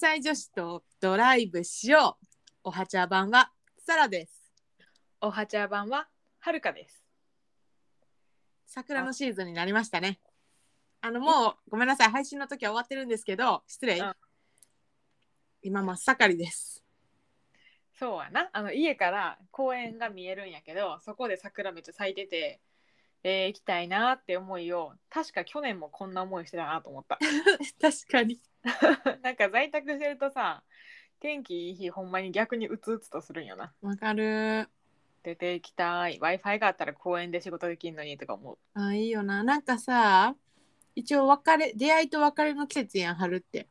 代女子とドライブしよう。おはちゃ版はサラです。おはちゃ版ははるかです。桜のシーズンになりましたね。あのもうごめんなさい配信の時は終わってるんですけど失礼うん。今真っ盛りです。そうやな。あの家から公園が見えるんやけど、そこで桜めっちゃ咲いてて、えー行きたいなって思いを、確か去年もこんな思いしてたなと思った。 確かに。なんか在宅してるとさ、天気いい日ほんまに逆にうつうつとするんよな。わかる。出て行きたい。Wi-Fi があったら公園で仕事できるのにとか思う。あいいよな。なんかさ一応別れ出会いと別れの季節やん春って。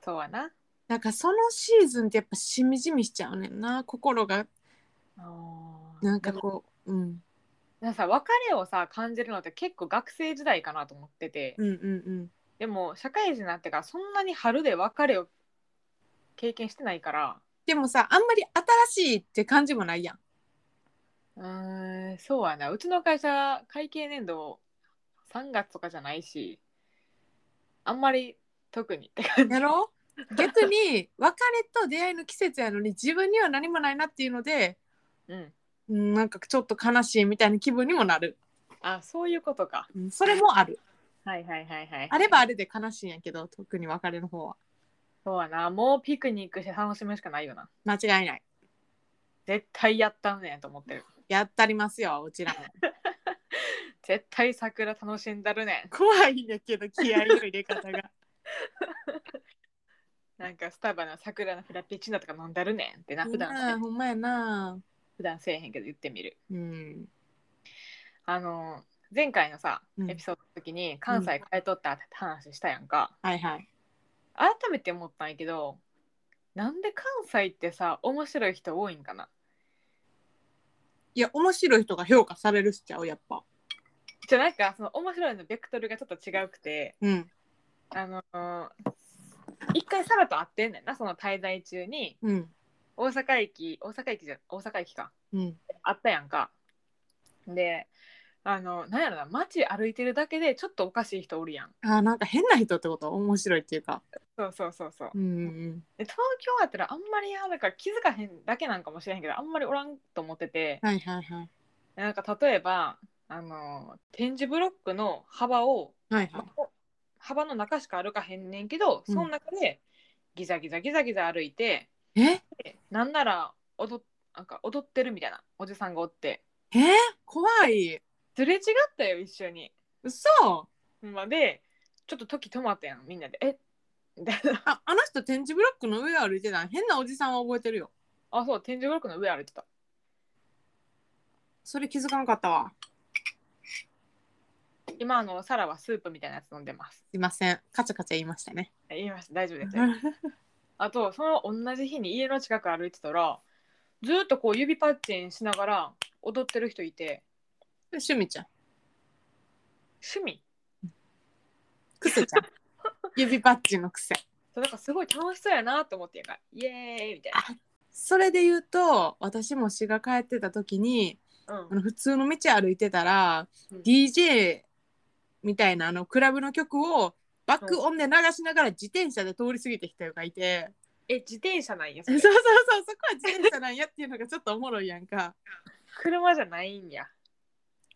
そうやな。なんかそのシーズンってやっぱしみじみしちゃうねんな心がなんかでもこう、うん、なんかさ別れをさ感じるのって結構学生時代かなと思ってて、うんうんでも社会人になってからそんなに春で別れを経験してないからでもさあんまり新しいって感じもないやんうーんそうやなうちの会社会計年度3月とかじゃないしあんまり特に って感じやろ 逆に別れと出会いの季節やのに自分には何もないなっていうので、うん、うん、なんかちょっと悲しいみたいな気分にもなる、あそういうことかうん、それもあるはいはいはいはいあればあれで悲しいんやけど特に別れの方はそうやなもうピクニックして楽しむしかないよな間違いない絶対やったんねやと思ってるやったりますようちらも絶対桜楽しんだるね ん怖いんやけど気合いの入れ方がなんかスタバの桜のフラペチーノとか飲んだるねんってな普段なあはね ほんまやな普段せえへんけど言ってみるうんあの前回のさうんエピソードの時に関西変えとったって話したやんか、はいはい改めて思ったんやけどなんで関西ってさ面白い人多いんかないや面白い人が評価されるっちゃうやっぱじゃなんかその面白いのベクトルがちょっと違うくてうんあのー一回サラと会ってんねんなその滞在中にうん大阪駅大阪駅じゃ大阪駅かうんあったやんかであのなんやろな街歩いてるだけでちょっとおかしい人おるやんあーなんか変な人ってこと面白いっていうかそうそうそうそううんうんで東京やったらあんまりやだから気づかへんだけなんかもしれへんけどあんまりおらんと思っててはいはいはいなんか例えばあの点字ブロックの幅をはいはい幅の中しか歩かへんねんけどうんその中でギザギザギザギザ歩いて、えでなんなら踊っなんか踊ってるみたいなおじさんがおってえー怖いすれ違ったよ一緒に。嘘まあでちょっと時止まったやんみんなで「えみたいなああの人点字ブロックの上歩いてたん変なおじさんは覚えてるよあそう点字ブロックの上歩いてたそれ気づかなかったわ今あのサラはスープみたいなやつ飲んでますすいませんカチャカチャ言いましたね 言いました大丈夫ですよあとその同じ日に家の近く歩いてたらずーっとこう指パッチンしながら踊ってる人いて趣味ちゃん趣味クセ ちゃん指パッチンの癖そうなんかすごい楽しそうやなと思ってやんかイエーイみたいそれで言うと私も滋賀帰ってた時にな、あうん、の普通の道歩いてたら、うん DJ みたいなあのクラブの曲をバックオンで流しながら自転車で通り過ぎてきた人がいて、え自転車なんやそそうれそうそう そこは自転車なんやっていうのがちょっとおもろいやんか車じゃないんや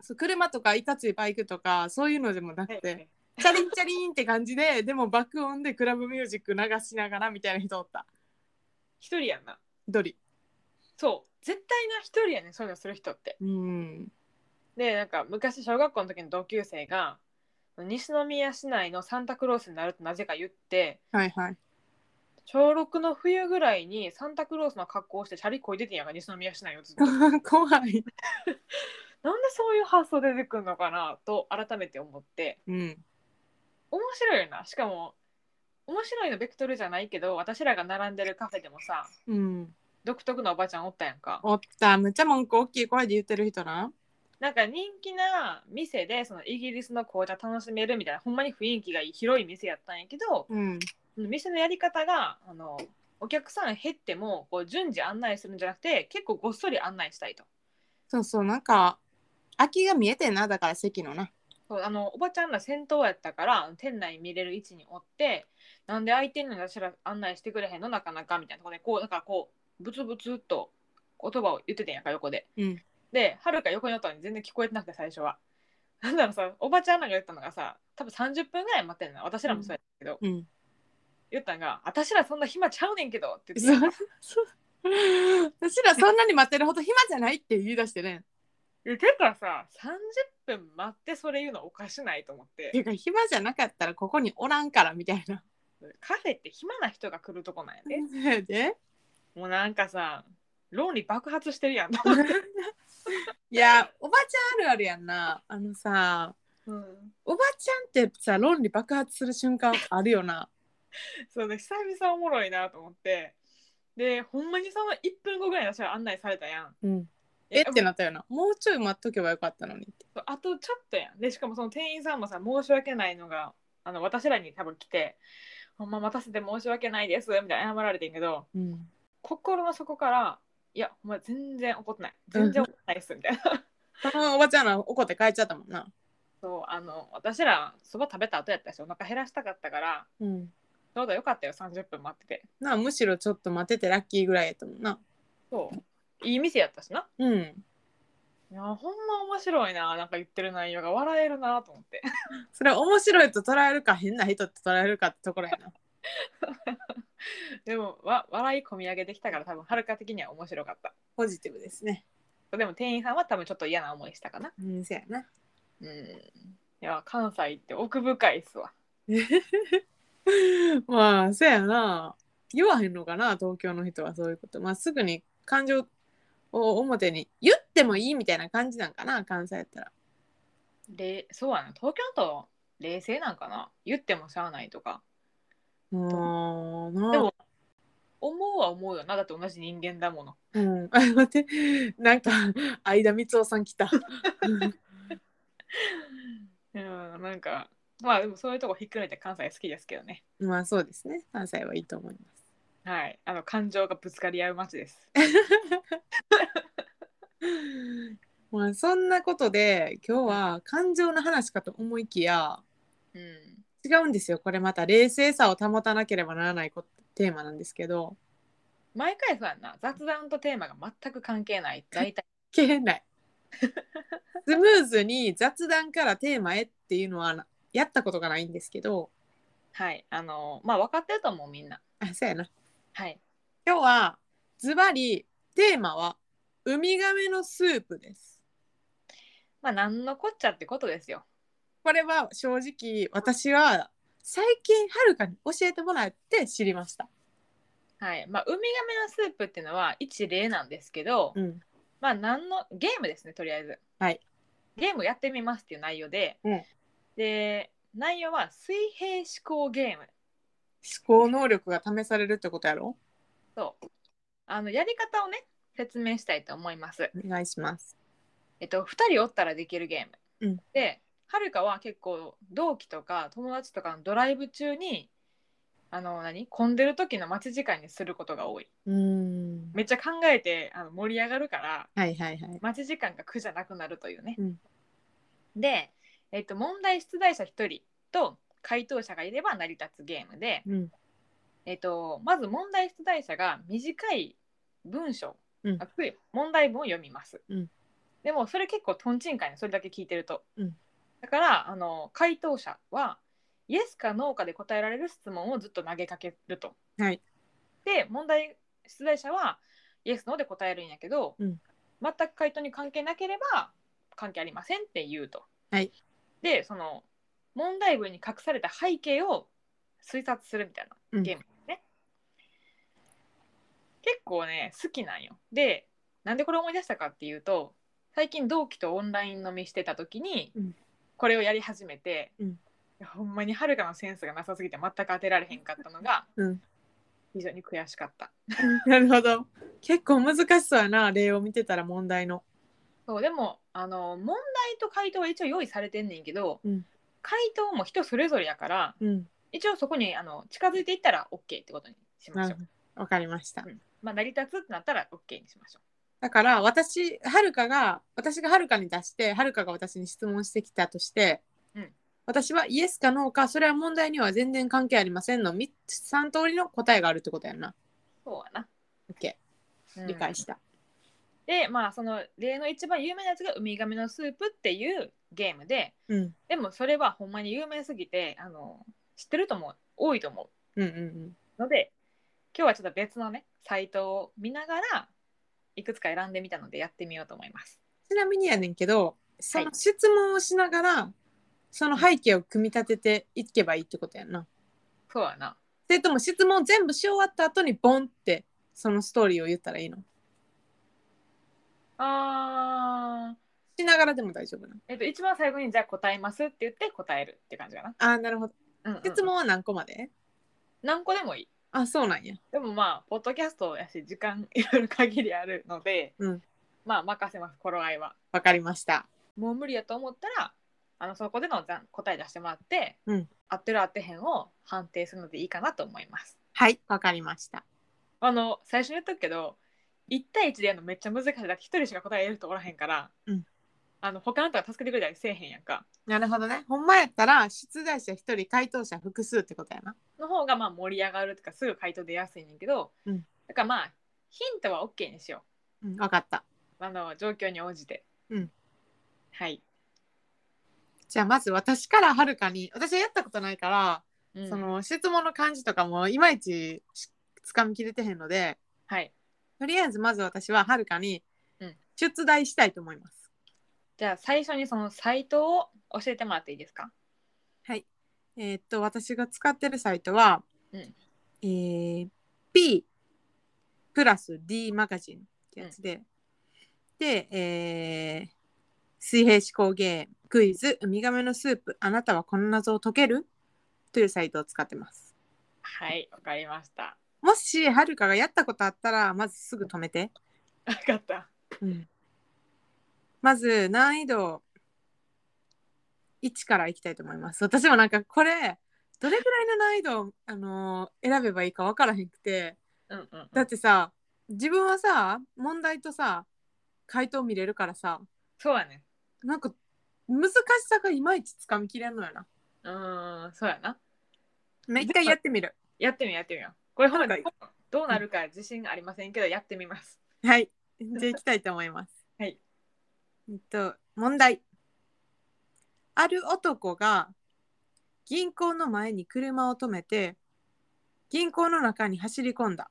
そう車とかいかついバイクとかそういうのでもなくてチャリンチャリンって感じででも爆音でクラブミュージック流しながらみたいな人おった一人やんなドリそう絶対な一人やねんそういうのする人ってうんでなんか昔小学校の時の同級生が西宮市内のサンタクロースになるとなぜか言ってはいはい 小6の冬ぐらいにサンタクロースの格好をしてチャリこいでてんやんか西宮市内をずっと怖いなんでそういう発想出てくるのかなと改めて思ってうん面白いよなしかも面白いのベクトルじゃないけど私らが並んでるカフェでもさうん独特のおばちゃんおったやんかおったむっちゃ文句大きい声で言ってる人ななんか人気な店でそのイギリスの紅茶楽しめるみたいなほんまに雰囲気がいい広い店やったんやけどうん店のやり方があのお客さん減ってもこう順次案内するんじゃなくて結構ごっそり案内したいとそうそうなんか空きが見えてんなだから席のなそうあのおばちゃんら先頭やったから店内見れる位置におってなんで空いてんのに私ら案内してくれへんのなかなかみたいなとこでこうだからこうブツブツっと言葉を言っててんやんか横で、うんではるか横におったのに全然聞こえてなくて最初はなんだろうさおばちゃんらが言ったのがさ多分30分ぐらい待ってんの私らもそうやったけど、うん。言ったのが「私らそんな暇ちゃうねんけど」ってそ言ってう。 そう私らそんなに待ってるほど暇じゃないって言い出してね。えてかさ30分待ってそれ言うのおかしないと思ってていうか暇じゃなかったらここにおらんからみたいな。カフェって暇な人が来るとこなんや で、でもうなんかさ論理爆発してるやん、いやおばちゃんあるあるやんな。あのさうん、おばちゃんってさ論理爆発する瞬間あるよな。そうね久々おもろいなと思ってでほんまにその1分後ぐらいに私は案内されたやんうん、えってななったよな。もうちょい待っとけばよかったのにって。あとちょっとやんでしかもその店員さんもさ申し訳ないのがあの私らに多分来て「ほんま待たせて申し訳ないです」みたいな謝られてんけどうん、心の底から「いやお前全然怒ってない全然怒ってないです」みたいなそのおばちゃんら怒って帰っちゃったもんな。そうあの私らそば食べた後やったしお腹減らしたかったからうん、ちょうどよかったよ30分待っててなあむしろちょっと待っててラッキーぐらいやったもんな。そういい店やったしなうん。いやほんま面白いななんか言ってる内容が笑えるなと思ってそれ面白いと捉えるか変な人と捉えるかってところやな。でもわ笑い込み上げてきたから多分はるか的には面白かったポジティブですね。でも店員さんは多分ちょっと嫌な思いしたかなうん、せやな。うんいや関西って奥深いっすわ まあそうやな言わへんのかな東京の人はそういうことまあすぐに感情を表に言ってもいいみたいな感じなんかな関西やったらでそうやな東京と冷静なんかな言ってもしゃあないとかうーんなでも思うは思うよなだって同じ人間だものうん、あ待ってなんか相田光雄さん来たうんなんかまあでもそういうとこひっくるめて関西好きですけどねまあそうですね関西はいいと思いまはいあの感情がぶつかり合う街ですすまあそんなことで今日は感情の話かと思いきやうん違うんですよこれまた冷静さを保たなければならないこテーマなんですけど毎回そうやんな雑談とテーマが全く関係ない大体関係ないスムーズに雑談からテーマへっていうのはなやったことがないんですけどはいあのまあ分かってると思うみんなあそうやなはい今日はズバリテーマはウミガメのスープですまあ何のこっちゃってことですよこれは正直私は最近はるかに教えてもらって知りました、はいまあウミガメのスープっていうのは一例なんですけど、うん、まあ何のゲームですねとりあえず、はい、ゲームやってみますっていう内容で、うんで内容は水平思考ゲーム思考能力が試されるってことやろそうあのやり方をね説明したいと思いますお願いしますえっと2人おったらできるゲーム、うんではるかは結構同期とか友達とかのドライブ中にあの何混んでる時の待ち時間にすることが多いうーんめっちゃ考えてあの盛り上がるからはいはいはい待ち時間が苦じゃなくなるというね。うんで、えっと、問題出題者1人と回答者がいれば成り立つゲームで、うんえっと、まず問題出題者が短い文章、うんあ問題文を読みます。うんでもそれ結構とんちんかいねそれだけ聞いてると。うんだからあの回答者はイエスかノーかで答えられる質問をずっと投げかけると。はいで問題出題者はイエスノーで答えるんやけど、うん全く回答に関係なければ関係ありませんって言うと。はいでその問題文に隠された背景を推察するみたいなゲームですね。結構ね好きなんよ。でなんでこれ思い出したかっていうと最近同期とオンライン飲みしてた時に、うんこれをやり始めて、うんいやほんまにはるかのセンスがなさすぎて全く当てられへんかったのが、うん非常に悔しかった。 なるほど結構難しそうやな例を見てたら問題のそうでもあの問題と回答は一応用意されてんねんけど、うん回答も人それぞれやからうん一応そこにあの近づいていったら OK ってことにしまなしるょほう。どわかりましたまあ、成り立つってなったら OK にしましょだから私はるかが私がはるかに出してはるかが私に質問してきたとして私はイエスかノーかそれは問題には全然関係ありませんの3通りの答えがあるってことやんな。そうや OK な。理解した。でまあその例の一番有名なやつが「ウミガメのスープ」っていうゲームでうんでもそれはほんまに有名すぎてあの知ってると思う多いと思うんうんうので今日はちょっと別のねサイトを見ながらいくつか選んでみたのでやってみようと思います。ちなみにやねんけどそはのい質問をしながらその背景を組み立てていけばいいってことやんな。そうやな。それとも質問全部し終わった後にボンってそのストーリーを言ったらいいのあーしながらでも大丈夫なの。えっと一番最後にじゃあ答えますって言って答えるって感じかな。あーなるほど。うんうん質問は何個まで何個でもいい。あそうなんや。でもまあポッドキャストやし時間いろいろ限りあるので、うんまあ任せます頃合いは。わかりました。もう無理やと思ったらあのそこでのざん答え出してもらって、うん合ってる合ってへんを判定するのでいいかなと思います。はいわかりました。あの最初に言ったけど1対1でやるのめっちゃ難しいだって1人しか答えれるとおらへんから、うんあの他の人が助けてくれたりせえへんやんかなるほどね。ほんまやったら出題者1人回答者複数ってことやな。の方がまあ盛り上がるとかすぐ回答出やすいねんけど、うんだからまあヒントは OK にしようん、わかった。うあの状況に応じて。うんはい、じゃあまず私からはるかに私はやったことないから、うんその質問の感じとかもいまいちしつかみきれてへんのではいとりあえずまず私ははるかにうん出題したいと思います。じゃあ最初にそのサイトを教えてもらっていいですかはい。えーっと私が使ってるサイトは、うんえー P プラス D マガジンってやつで、で、えー水平思考ゲームクイズ「ウミガメのスープあなたはこの謎を解ける?」というサイトを使ってます。はい、わかりました。もしはるかがやったことあったらまずすぐ止めて、わかった。まず難易度1からいきたいと思います私もなんかこれどれぐらいの難易度を、あのー選べばいいか分からへんくてうんうんうん。だってさ自分はさ問題とさ回答見れるからさそうやね。なんか難しさがいまいちつかみきれんのよなうーん、そうやな。まあ一回やってみるやってみようやってみよう。これほんまなんにかどうなるか自信ありませんけど、やってみます。はいじゃあいきたいと思いますはい。えっと、問題。ある男が銀行の前に車を止めて、銀行の中に走り込んだ。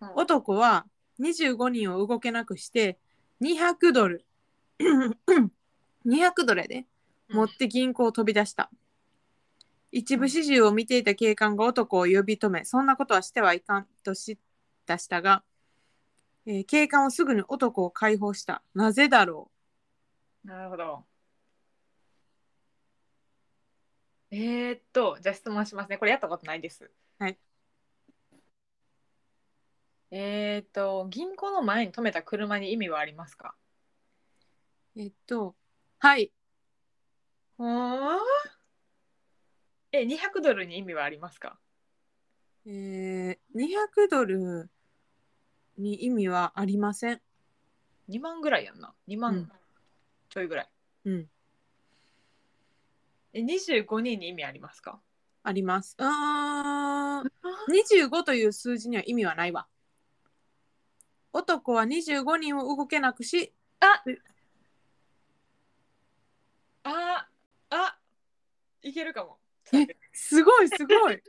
うん男は25人を動けなくして、200ドル、200ドルやで、持って銀行を飛び出した。一部始終を見ていた警官が男を呼び止め、そんなことはしてはいかんとし出したが、えー警官はすぐに男を解放した。なぜだろうなるほど。えー、っと、じゃあ質問しますね。これやったことないです。はい。えー、っと、銀行の前に止めた車に意味はありますかえっと、はい。うーん。え、200ドルに意味はありますかえー、200ドルに意味はありません。 2万ぐらいやんな2う万んちょいぐらい、うん、え25人に意味ありますかあります。うーん、25という数字には意味はないわ。男は25人を動けなくし、ああいけるかもえすごいすごい。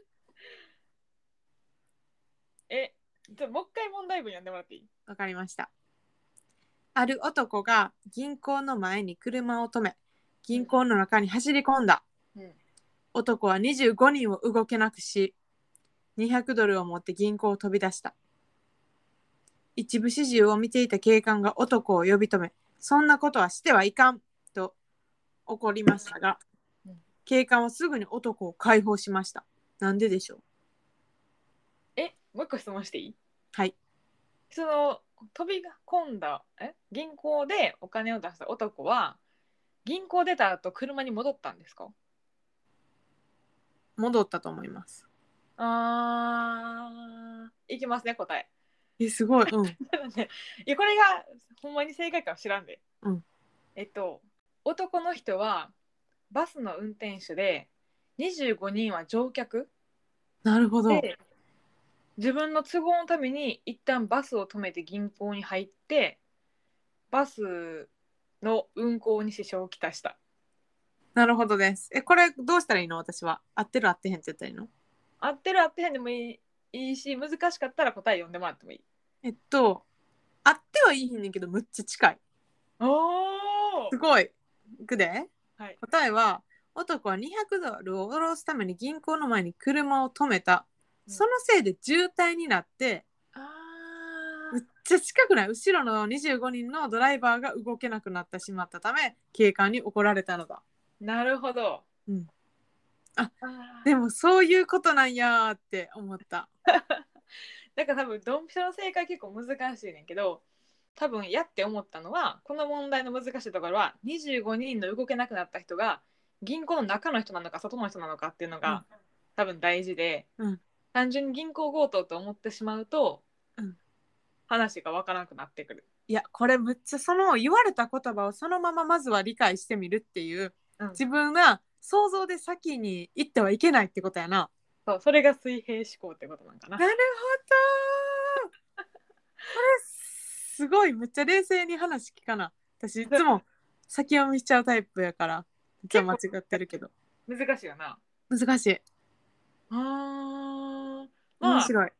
えじゃあもう一回問題文読んでもらっていいわかりました。ある男が銀行の前に車を止め、銀行の中に走り込んだ。うん男は25人を動けなくし200ドルを持って銀行を飛び出した一部始終を見ていた警官が男を呼び止めそんなことはしてはいかんと怒りましたがうん警官はすぐに男を解放しましたなんででしょうえもう一個質問していいはいその飛び込んだえ銀行でお金を出した男は銀行出た後車に戻ったんですか戻ったと思いますあーいきますね答ええすごいうんただね いやこれがほんまに正解かは知らんで、うんえっと男の人はバスの運転手で25人は乗客なるほど。で自分の都合のために一旦バスを止めて銀行に入ってバスの運行に支障をきたしたなるほどです。え、これどうしたらいいの私は。合ってる合ってへんって言ったらいいの合ってる合ってへんでもいいいいし難しかったら答え読んでもらってもいいえっと、合ってはいいねんけど、むっちゃ近い。おおすごい。いくで、はい答えは、男は200ドルを下ろすために銀行の前に車を止めた。そのせいで渋滞になって、あむっちゃ近くない後ろの25人のドライバーが動けなくなってしまったため、警官に怒られたのだ。ーなるほど、うんああーでも、そういうことなんやーって思った。だから多分ドンピシャの正解結構難しいねんけど多分やって思ったのはこの問題の難しいところは25人の動けなくなった人が銀行の中の人なのか外の人なのかっていうのが、多分大事で、うん単純に銀行強盗と思ってしまうと、うん話がわからなくなってくる。いや、これむっちゃその言われた言葉をそのまままずは理解してみるっていう、うん自分が想像で先に行ってはいけないってことやな。そうそれが水平思考ってことなんかな。なるほどー。これすごいむっちゃ冷静に話聞かな。私いつも先読みしちゃうタイプやから、じゃ間違ってるけど。難しいよな。難しい。あーま面あ、白い。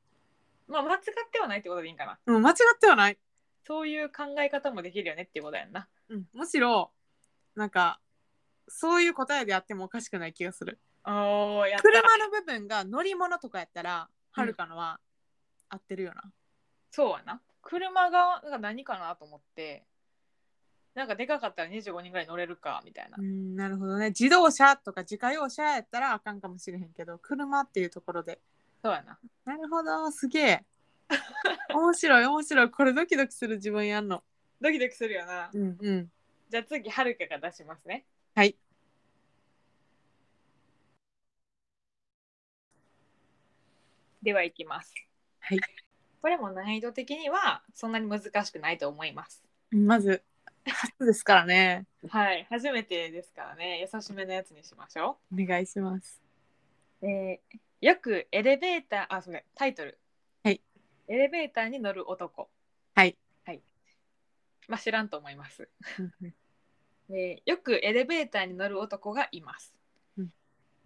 まあ間違ってはないってことでいいんかな。うん、間違ってはない。そういう考え方もできるよねっていうことやんな。うん、むしろなんかそういう答えであってもおかしくない気がする。おーやった車の部分が乗り物とかやったら、はるかのは合ってるよな。そうやな車がが何かなと思ってなんかでかかったら25人ぐらい乗れるかみたいな、うん、なるほどね。自動車とか自家用車やったらあかんかもしれへんけど、車っていうところで。そうやななるほど、すげえ。面白い、面白い。これドキドキする自分やんの。ドキドキするよな、うんうん。じゃあ次はるかが出しますねはいではいきますはいこれも難易度的にはそんなに難しくないと思いますまず、初ですからね。はい初めてですからね優しめのやつにしましょお願いします。う、えーよくエレベーターあそれタイトルはいエレベーターに乗る男はい。まあ知らんと思いますうんうんえーよくエレベーターに乗る男がいます、うん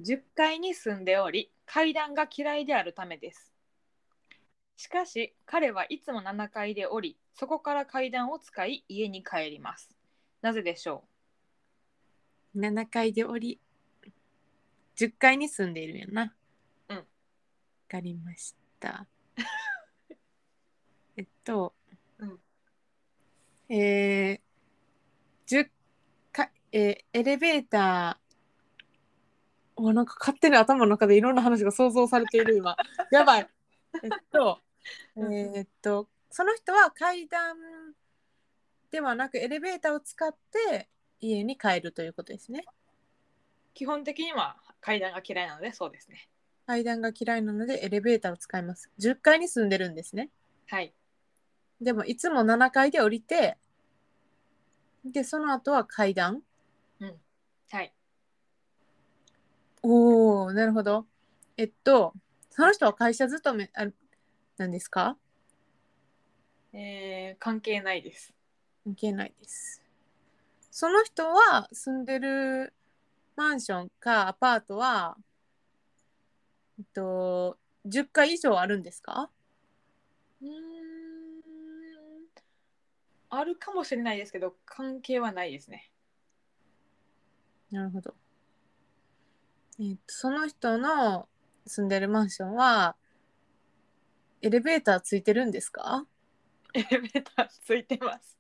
10階に住んでおり階段が嫌いであるためですしかし彼はいつも7階でおりそこから階段を使い家に帰りますなぜでしょ7階で降り、10階に住んでいるんやな。うんわかりま した。えっと、うんえー、10階、えーエレベーター、おなんか勝手に頭の中でいろんな話が想像されている 今。やばい。えっと、えうんーっと、その人は階段ではなくエレベーターを使って家に帰るということですね。う基本的には階段が嫌いなのでそうですね階段が嫌いなのでエレベーターを使います。10階に住んでるんですね。はいでもいつも7階で降りて、で、その後は階段。はいおー、なるほど。えっと、その人は会社勤め、あなんですかえー関係ないです関係ないです。その人は住んでるマンションかアパートは、えっと、10階以上あるんですかうーんあるかもしれないですけど関係はないですね なるほど。えっと、その人の住んでるマンションは、エレベーターついてるんですかエレベーターついてます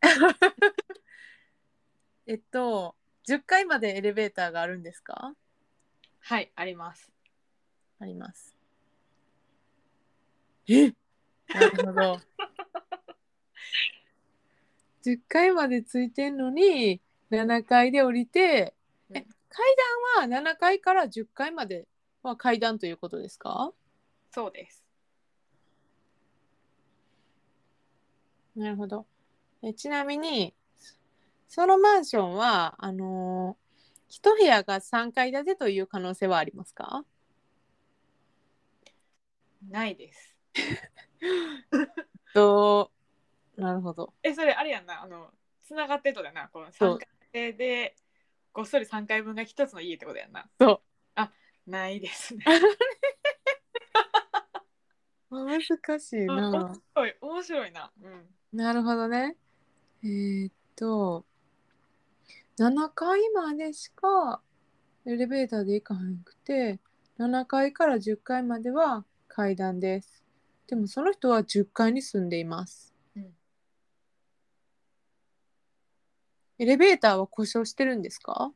えっと、10階までエレベーターがあるんですかはい、あります。あります。えなるほ ど。10階までついてんのに、7階で降りて、うんえ階段は7階から10階までは階段ということですかそうです。なるほど。えちなみに、そのマンションは、あのー一部屋が3階建てという可能性はありますかないですとなるほどえそれあれやんなあのつながってるってことやなこのそう3階建てでごっそり3階分が一つの家ってことやんなそうあないですね難しいあ 面白い面白いなうんなるほどねえーっと7階までしかエレベーターで行かへんくて7階から10階までは階段ですでもその人は10階に住んでいます、うんエレベーターは故障してるんですか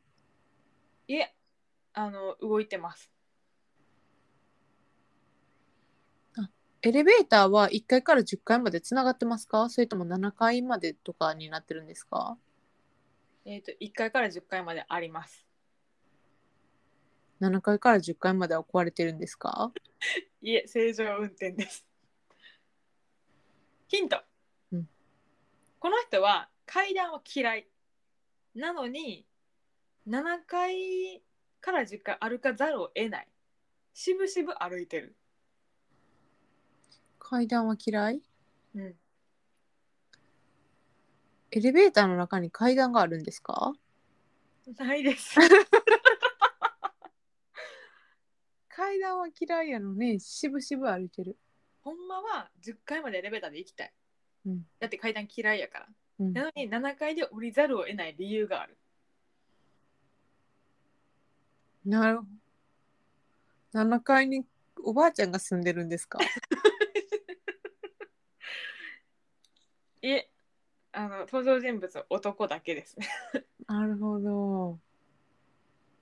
いえあの動いてますエレベーターは1階から10階までつながってますかそれとも7階までとかになってるんですかえっ、と1階から10階まであります7階から10階までは壊れてるんですかいえ正常運転ですヒント、うんこの人は階段は嫌いなのに7階から10階歩かざるを得ないしぶしぶ歩いてる、階段は嫌いうん、エレベーターの中に階段があるんですかないです階段は嫌いやのにしぶしぶ歩いてる、ほんまは10階までエレベーターで行きたい、うんだって階段嫌いやからうんなのに7階で降りざるを得ない理由があるなる7階におばあちゃんが住んでるんですかいえあの登場人物は男だけですね なるほど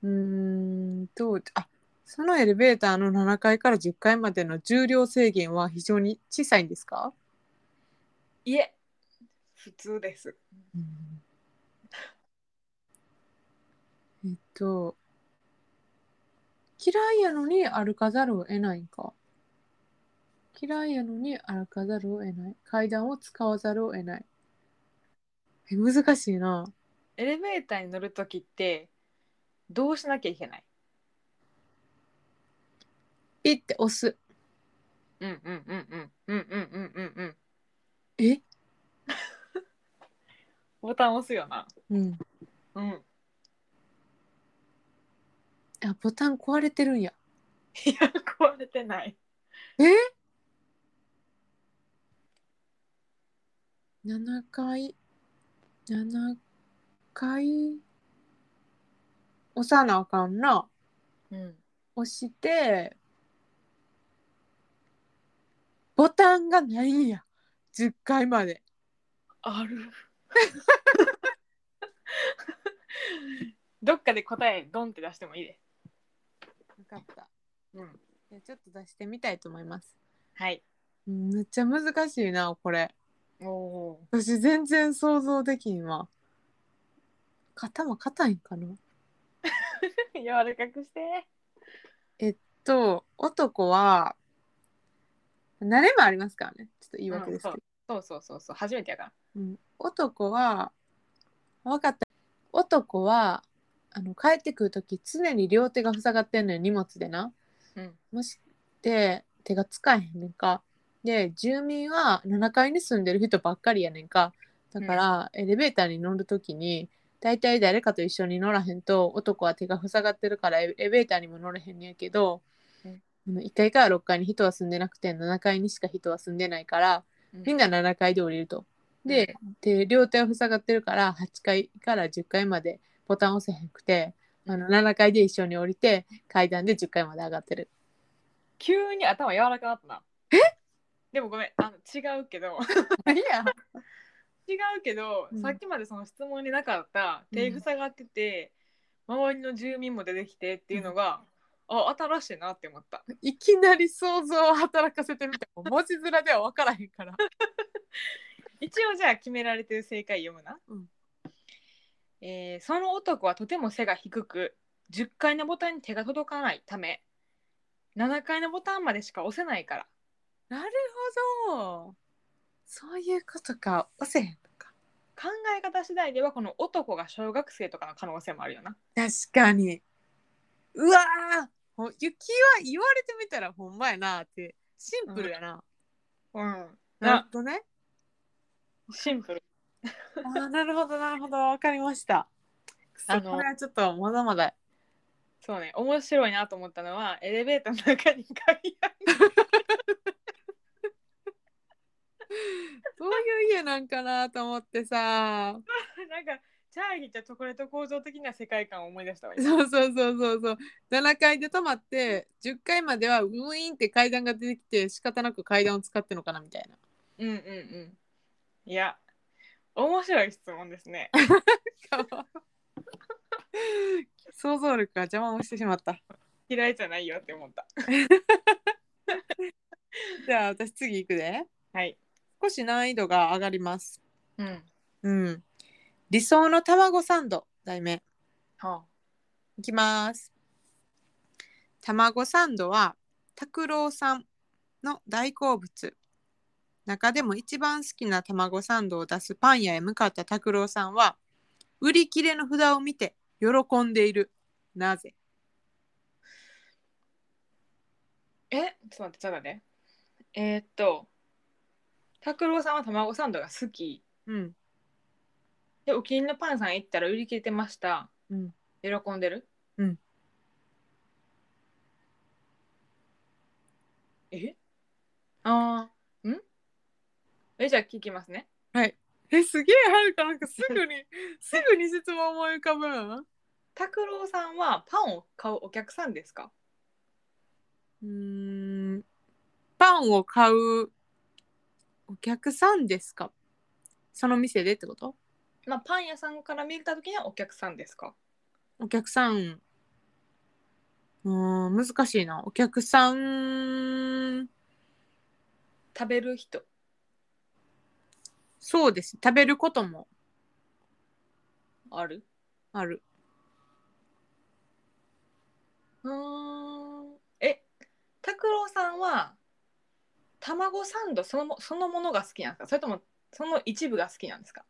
うーんとあそのエレベーターの7階から10階までの重量制限は非常に小さいんですか、いえ普通ですえっと嫌いやのに歩かざるを得ないんか嫌いやのに歩かざるを得ない階段を使わざるを得ないえ難しいなエレベーターに乗る時ってどうしなきゃいけないピッて押すうんうんうんうんうんうんうんうんうんえボタン押すよなうんうんあボタン壊れてるんやいや壊れてない7階7階押さなあかんなうん押してボタンがないんや10回まであるどっかで答えドンって出してもいいで分かったうんいやちょっと出してみたいと思いますはいうんめっちゃ難しいなこれおお私全然想像できんわ肩も硬いんかなー柔らかくしてと男は慣れもありますからねちょっと言い訳ですけど、そうそうそうそう初めてやからうん男は分かった男はあの帰ってくる時常に両手が塞がってんのよ荷物でなうんもしって手が使えへんねんかで住民は7階に住んでる人ばっかりやねんかだから、エレベーターに乗る時に大体誰かと一緒に乗らへんと男は手が塞がってるからエレベーターにも乗れへんねんけど、うんあの1階から6階に人は住んでなくて7階にしか人は住んでないからみんな7階で降りると。で,、で両手は塞がってるから8階から10階までボタン押せへんくてあの7階で一緒に降りて階段で10階まで上がってる。急に頭柔らかなったなえでもごめんあの違うけどいや違うけど、うんさっきまでその質問になかった手塞がってて、周りの住民も出てきてっていうのが、あ新しいなって思ったいきなり想像を働かせてみたもう文字面では分からへんから。一応じゃあ決められてる正解読むな、うんえーその男はとても背が低く10階のボタンに手が届かないため7階のボタンまでしか押せないからなるほどそういうことか押せへんのか。考え方次第ではこの男が小学生とかの可能性もあるよな確かにうわーほ雪は言われてみたらほんまやなってシンプルやな、うんなるほどねシンプルあーなるほどなるほどわかりましたああののこれはちょっとまだまだそうね面白いなと思ったのはエレベーターの中に鍵あるどういう家なんかなと思ってさ なんかチャーリーとチョコレート工場的な世界観を思い出したわ今そうそうそうそうそう7階で止まって10階まではウィーンって階段が出てきて仕方なく階段を使ってんのかなみたいなうんうんうんいや面白い質問ですね 想像力が邪魔をしてしまった嫌いじゃないよって思ったじゃあ私次行くではい少し難易度が上がりますうんうん理想の卵サンド題名はあいきます。卵サンドは拓郎さんの大好物。中でも一番好きな卵サンドを出すパン屋へ向かった拓郎さんは売り切れの札を見て喜んでいる。なぜえちょっと待ってちょっと待ってえー、っと拓郎さんは卵サンドが好きうん。でお気に入りのパンさん行ったら売り切れてましたうん。喜んでるうんえああんえじゃあ聞きますねえ、すげえはるかなんかすぐ に、すぐに質問思い浮かぶん。う拓郎さんはパンを買うお客さんですかーん。パンを買うお客さんですかその店でってことまあパン屋さんから見た時にはお客さんですかお客さん、うーん、難しいな。お客さん、食べる人そうです。食べることもあるある。うーんえ拓郎さんは卵サンドそのもそのものが好きなんですかそれともその一部が好きなんですか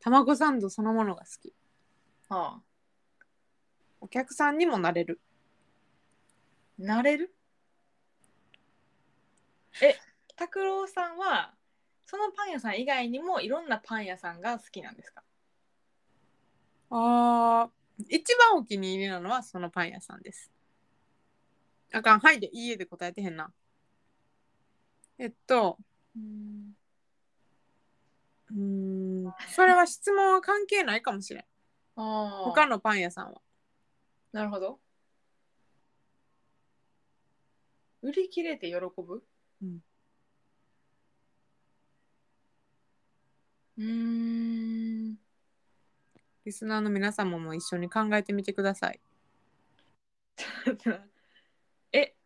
卵サンドそのものが好き。あお客さんにもなれる。あなれるえ拓郎さんはそのパン屋さん以外にもいろんなパン屋さんが好きなんですかあー一番お気に入りなのはそのパン屋さんです。あかん、はいで、いいえで答えてへんな。えっと、うんうーん、それは質問は関係ないかもしれん。あ他他のパン屋さんは。なるほど売り切れて喜ぶうんうーん リスナーの皆様も一緒に考えてみてください。え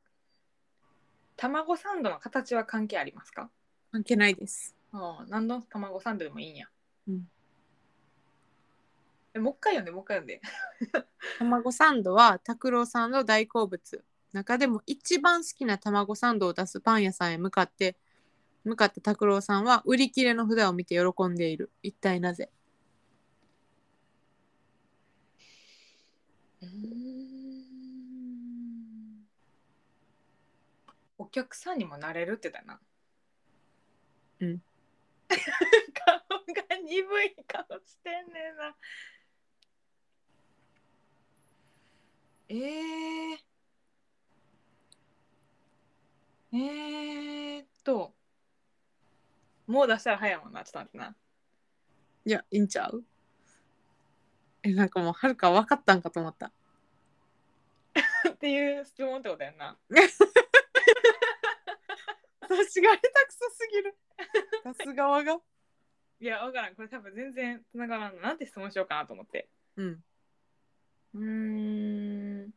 卵サンドの形は関係ありますか関係ないです。ああ何の卵サンドでもいいんや、うんえもう一回読んでもう一回読んで卵サンドは拓郎さんの大好物中でも一番好きな卵サンドを出すパン屋さんへ向かって向かった拓郎さんは売り切れの札を見て喜んでいる一体なぜお客さんにもなれるってだなうん顔が鈍い顔してんねんなえー、えーっと、もう出したら早いもんな、ちょっと待ってな。いやいいんちゃうえなんかもうはるか分かったんかと思ったっていう質問ってことやんな。私が下手くそすぎる出す側がいや、わからん。これ多分全然つながらんな。なんて質問しようかなと思って。うんうーん。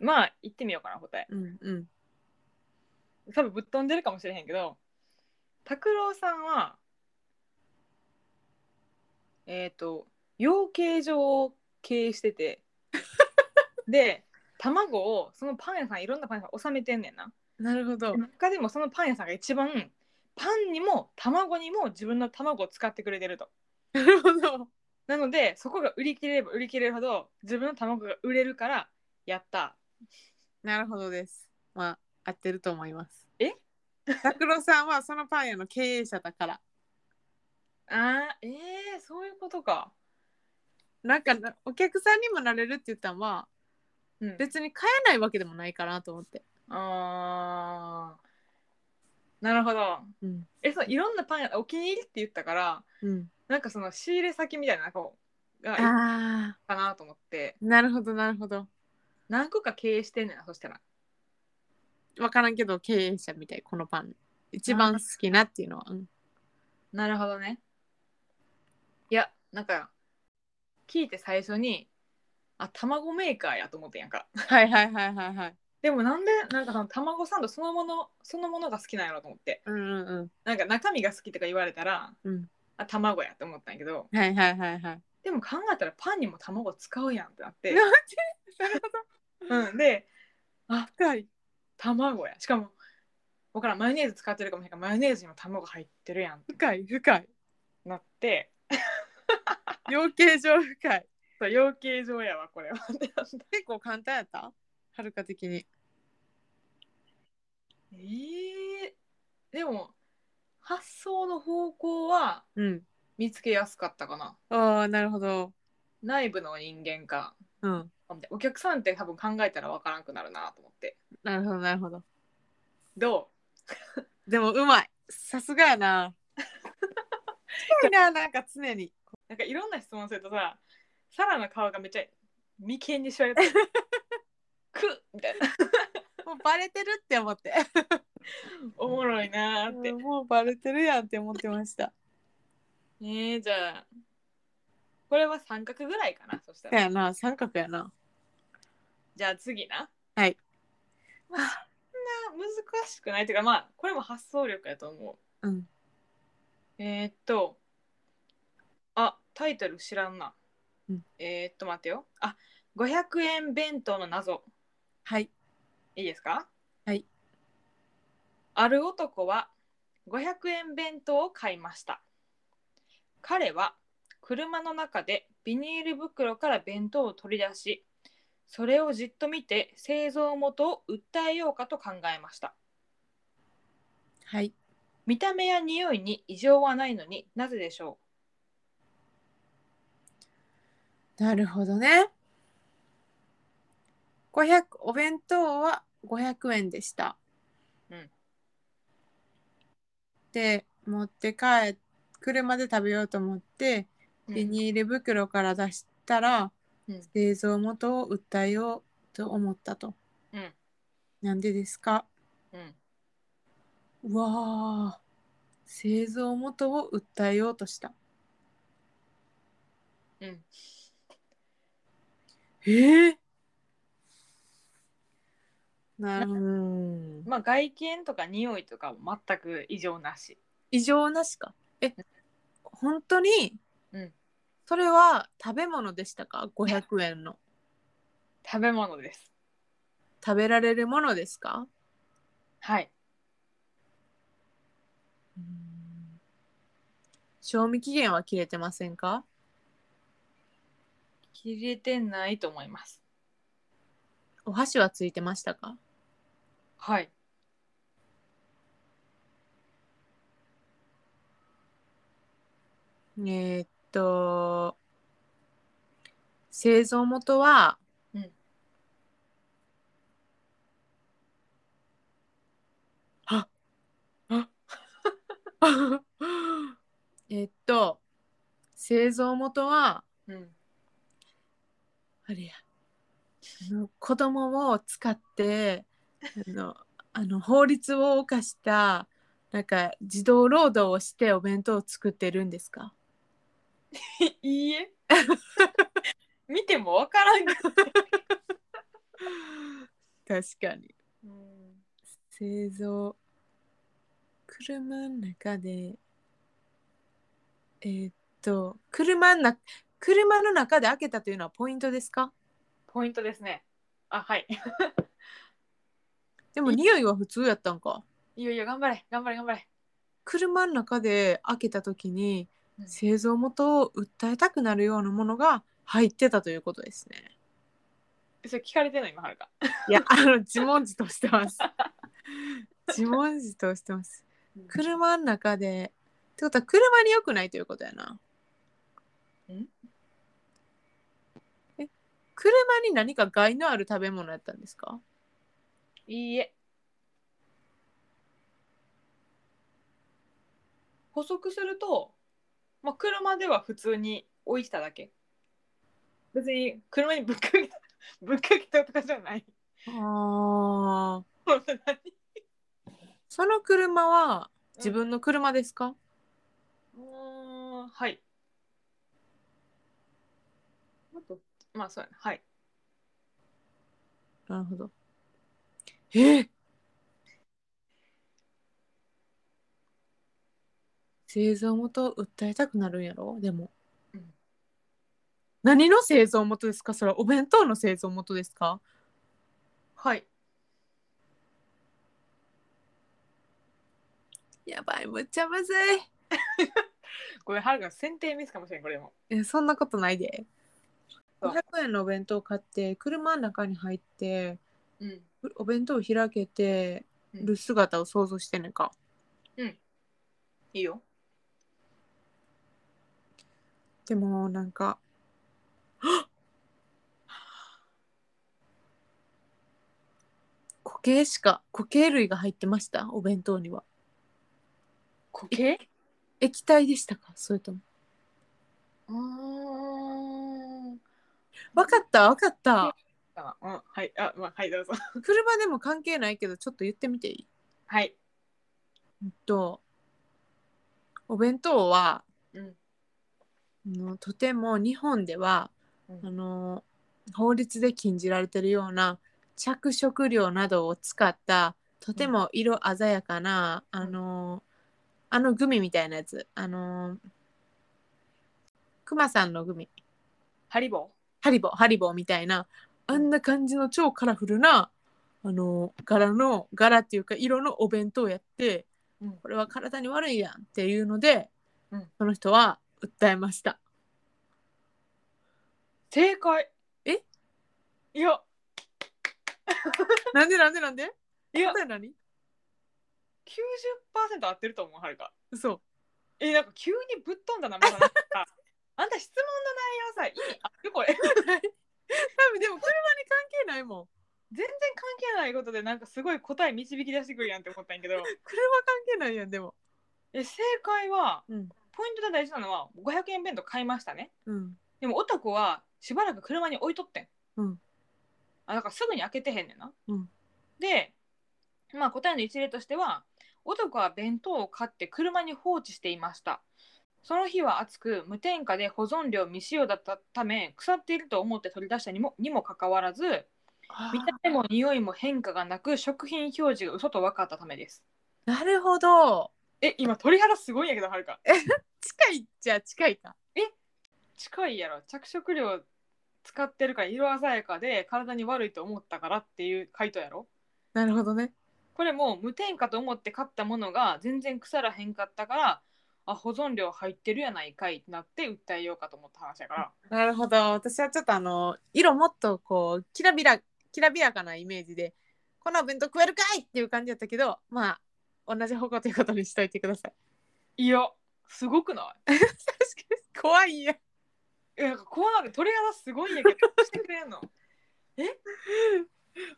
まあ、言ってみようかな、答え。うんうん多分ぶっ飛んでるかもしれへんけど、拓郎さんは、えっ、と、養鶏場を経営してて、で、卵をそのパン屋さん、いろんなパン屋さん収めてんねんな。なるほど中でもそのパン屋さんが一番パンにも卵にも自分の卵を使ってくれてるとなるほど。なのでそこが売り切れれば売り切れるほど自分の卵が売れるからやったなるほどです。まあ、合ってると思います。え拓郎さんはそのパン屋の経営者だから。あーえー、そういうことか、なんかなお客さんにもなれるって言ったのはうん、別に買えないわけでもないかなと思って。あーなるほどうん。えそういろんなパン屋お気に入りって言ったからうん、なんかその仕入れ先みたいな方がいいああ、かなと思ってなるほど、なるほど。何個か経営してんねんなそしたらわからんけど、経営者みたい、このパン。一番好きなっていうのは。うんなるほどねいやなんか聞いて最初にあ卵メーカーやと思ってんやんかはいはいはいはいはい。でもなんでなんかその卵サンドそのものそのものが好きなんやろと思ってうんうんなんか中身が好きとか言われたら、うんあ卵やと思ったんやけどうん。はいはいはいはい。でも考えたらパンにも卵使うやんってなって、なんて、 なるほど。うん、で深い。卵やしかも分からんマヨネーズ使ってるかもしれないからマヨネーズにも卵入ってるやんって深い、深い。なって養鶏場深い。そう養鶏場やわこれはってなった結構簡単やったはるか的に。ええでも発想の方向はうん。見つけやすかったかなああ、なるほど。内部の人間かうん。お客さんって多分考えたら分からんくなるなと思ってなるほど、なるほど。どでも、うまい。さすがやな。すごいな、なんか常に。うなんかいろんな質問するとさサラの顔がめっちゃ眉間にしわれて るくっみたいなもうバレてるって思って。おもろいなーってもうバレてるやんって思ってました。えー、じゃあこれは三角ぐらいかなそしたらやな、三角やな。じゃあ次なはいまあそんな難しくないっていうかまあこれも発想力やと思ううん。えー、っと、あ、タイトル知らんな。うんえー、っと、待ってよ。あ、500円弁当の謎。はい。いいですかはい。ある男は500円弁当を買いました。彼は車の中でビニール袋から弁当を取り出し、それをじっと見て製造元を訴えようかと考えました。はい。見た目や匂いに異常はないのになぜでしょうなるほどね。500お弁当は500円でした。うんで持って帰っ車で食べようと思ってうんビニール袋から出したら、うん製造元を訴えようと思ったと。うんなんでですかうんうわー製造元を訴えようとした。うんえー、なるうんまあ外見とか匂いとかも全く異常なし。異常なしかえ本当に、うんそれは食べ物でしたか500円の食べ物です。食べられるものですかはい。賞味期限は切れてませんか切れてないと思います。お箸はついてましたかはい。えーっと製造元は、うんああ えっと製造元はうん。あれやあの子供を使ってあのあの法律を犯したなんか児童労働をしてお弁当を作ってるんですか いいえ。 見てもわからんけど。確かに製造車の中でえーっと車の中車の中で開けたというのはポイントですかポイントですね。あ、はい。でも匂いは普通やったんかいよいよ頑張れ、頑張れ、頑張れ。車の中で開けた時にうん製造元を訴えたくなるようなものが入ってたということですね。それ聞かれてない今はるか。いや、あの、自問自答して ます。自問自答してます。車の中で。ってことは、車に良くないということやな。んえ、車に何か害のある食べ物やったんですかいいえ。補足すると、まあ、車では普通に置いてただけ。別に車にぶっかけた、 ぶっかけたとかじゃない。ああ。 ほんとにその車は自分の車ですか、うーん、はい。あと、まあそうやな、はい。なるほど。えー製造元を訴えたくなるんやろでも、うん何の製造元ですかそれはお弁当の製造元ですかはい。やばいむっちゃむずいこれ、はるか選定ミスかもしれん、これも。えそんなことないでそう500円のお弁当買って車の中に入ってうん。お弁当を開けてうんる姿を想像してんねんかいいよ。でもなんか固形しか固形類が入ってましたお弁当には固形液体でしたかそれともうーん。分かった分かったあうん、はい、あ、まあ、はい、どうぞ。車でも関係ないけどちょっと言ってみていいはい。えっとお弁当はうん。あのとても日本ではうんあの法律で禁じられてるような着色料などを使ったとても色鮮やかな、あのあのグミみたいなやつあのクマさんのグミハリボハリボーハリボーみたいなあんな感じの超カラフルなあの柄の柄っていうか色のお弁当やってー。うん。これは体に悪いやんっていうので、うんその人は訴えました。正解。えいや、なんでなんでなんでいや答え何90%合ってると思う、はるか。嘘え、なんか急にぶっ飛んだな、 まだなんか。あんた質問の内容さ、意味あるこれ。多分でも車に関係ないもん。全然関係ないことで、なんかすごい答え導き出してくるやんって思ったん やけど、車関係ないやんでも。え、正解は、うんポイントで大事なのは、500円弁当買いましたね。うん。でも、男はしばらく車に置いとってん。うんあ、だからすぐに開けてへんねんな。うんで、まあ、答えの一例としては、男は弁当を買って車に放置していました。その日は暑く、無添加で保存料未使用だったため、腐っていると思って取り出したにもにもかかわらず、見た目も匂いも変化がなく、食品表示が嘘と分かったためです。なるほど。え、今、鳥肌すごいんやけど、はるか。近いっちゃ近いか。近いやろ着色料使ってるから色鮮やかで体に悪いと思ったからっていう回答やろなるほどね。これも無添加と思って買ったものが全然腐らへんかったからあ保存料入ってるやないかいってなって訴えようかと思った話やからなるほど。私はちょっとあの色もっとこうきらびらきらびやかなイメージで、このお弁当食えるかいっていう感じだったけど、まあ同じ方向ということにしといてください。 いやすごくない確かに怖いや。いやなんかこうなる鳥肌すごいんやけどどうしてくれんの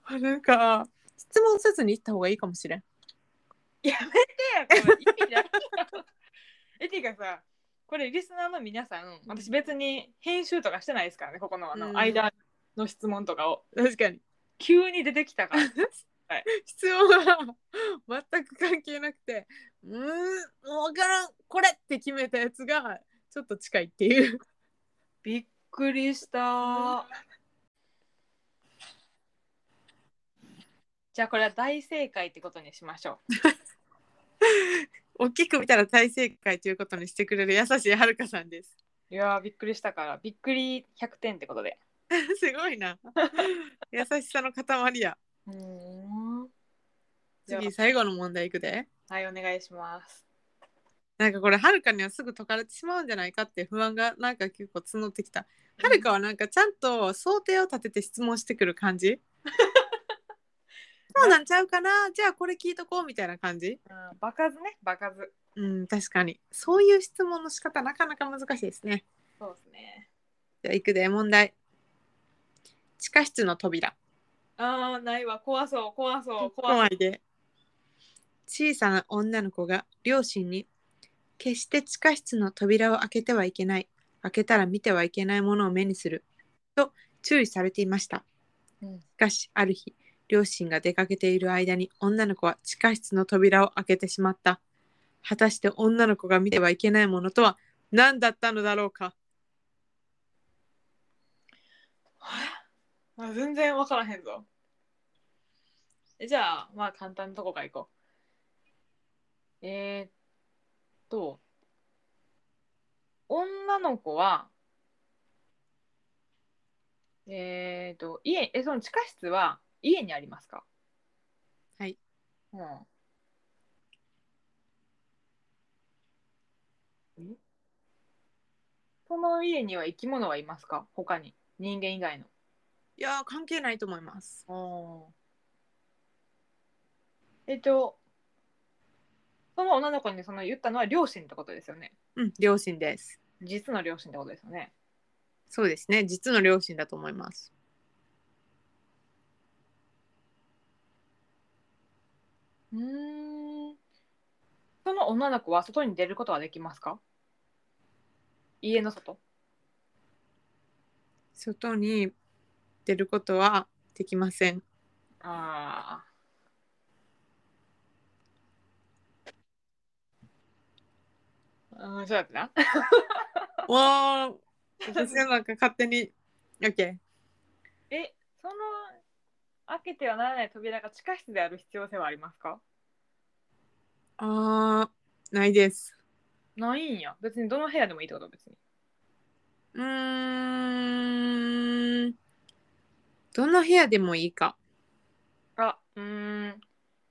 あなんか質問せずに行った方がいいかもしれん。やめてやこれ意味ないやん えていうかさこれリスナーの皆さん私別に編集とかしてないですからねここのあうんの間の質問とかを確かに。急に出てきた から質問は全く関係なくて「うーん分からんこれ!」って決めたやつがちょっと近いっていうびっくりした。じゃあこれは大正解ってことにしましょう。大きく見たら大正解ということにしてくれる優しいはるかさんですいやーびっくりしたからびっくり100点ってことで。 すごいな優しさの塊やうん。次最後の問題いくではいお願いします。なんかこれはるかにはすぐ解かれてしまうんじゃないかって不安がなんか結構募ってきたはるかはなんかちゃんと想定を立てて質問してくる感 じそうなんちゃうかなじゃあこれ聞いとこうみたいな感じうん、場数ね場数うん確かにそういう質問の仕方なかなか難しいですねそうですねじゃあいくで問題地下室の扉あーないわ怖そう怖そう怖そう怖いで小さな女の子が両親に「決して地下室の扉を開けてはいけない開けたら見てはいけないものを目にする」と注意されていました、うんしかしある日両親が出かけている間に女の子は地下室の扉を開けてしまった果たして女の子が見てはいけないものとは何だったのだろうかあ全然分からへんぞえじゃあまあ簡単なとこからいこうえー、っと女の子はえー、っと家えその地下室は家にありますかはい、うん、えその家には生き物はいますか他に人間以外のいやー関係ないと思いますえっと、その女の子にその言ったのは両親ってことですよね。うん両親です実の両親ってことですよね。そうですね実の両親だと思いますうーん。その女の子は外に出ることはできますか家の外。外に出ることはできません。ああ。うん、そうやってな。わあ、私がなんか勝手に。OK。え、その開けてはならない扉が地下室である必要性はありますかあー、ないです。ないんや。別にどの部屋でもいいってこと別に。うーん。どの部屋でもいいか。あ、うーん。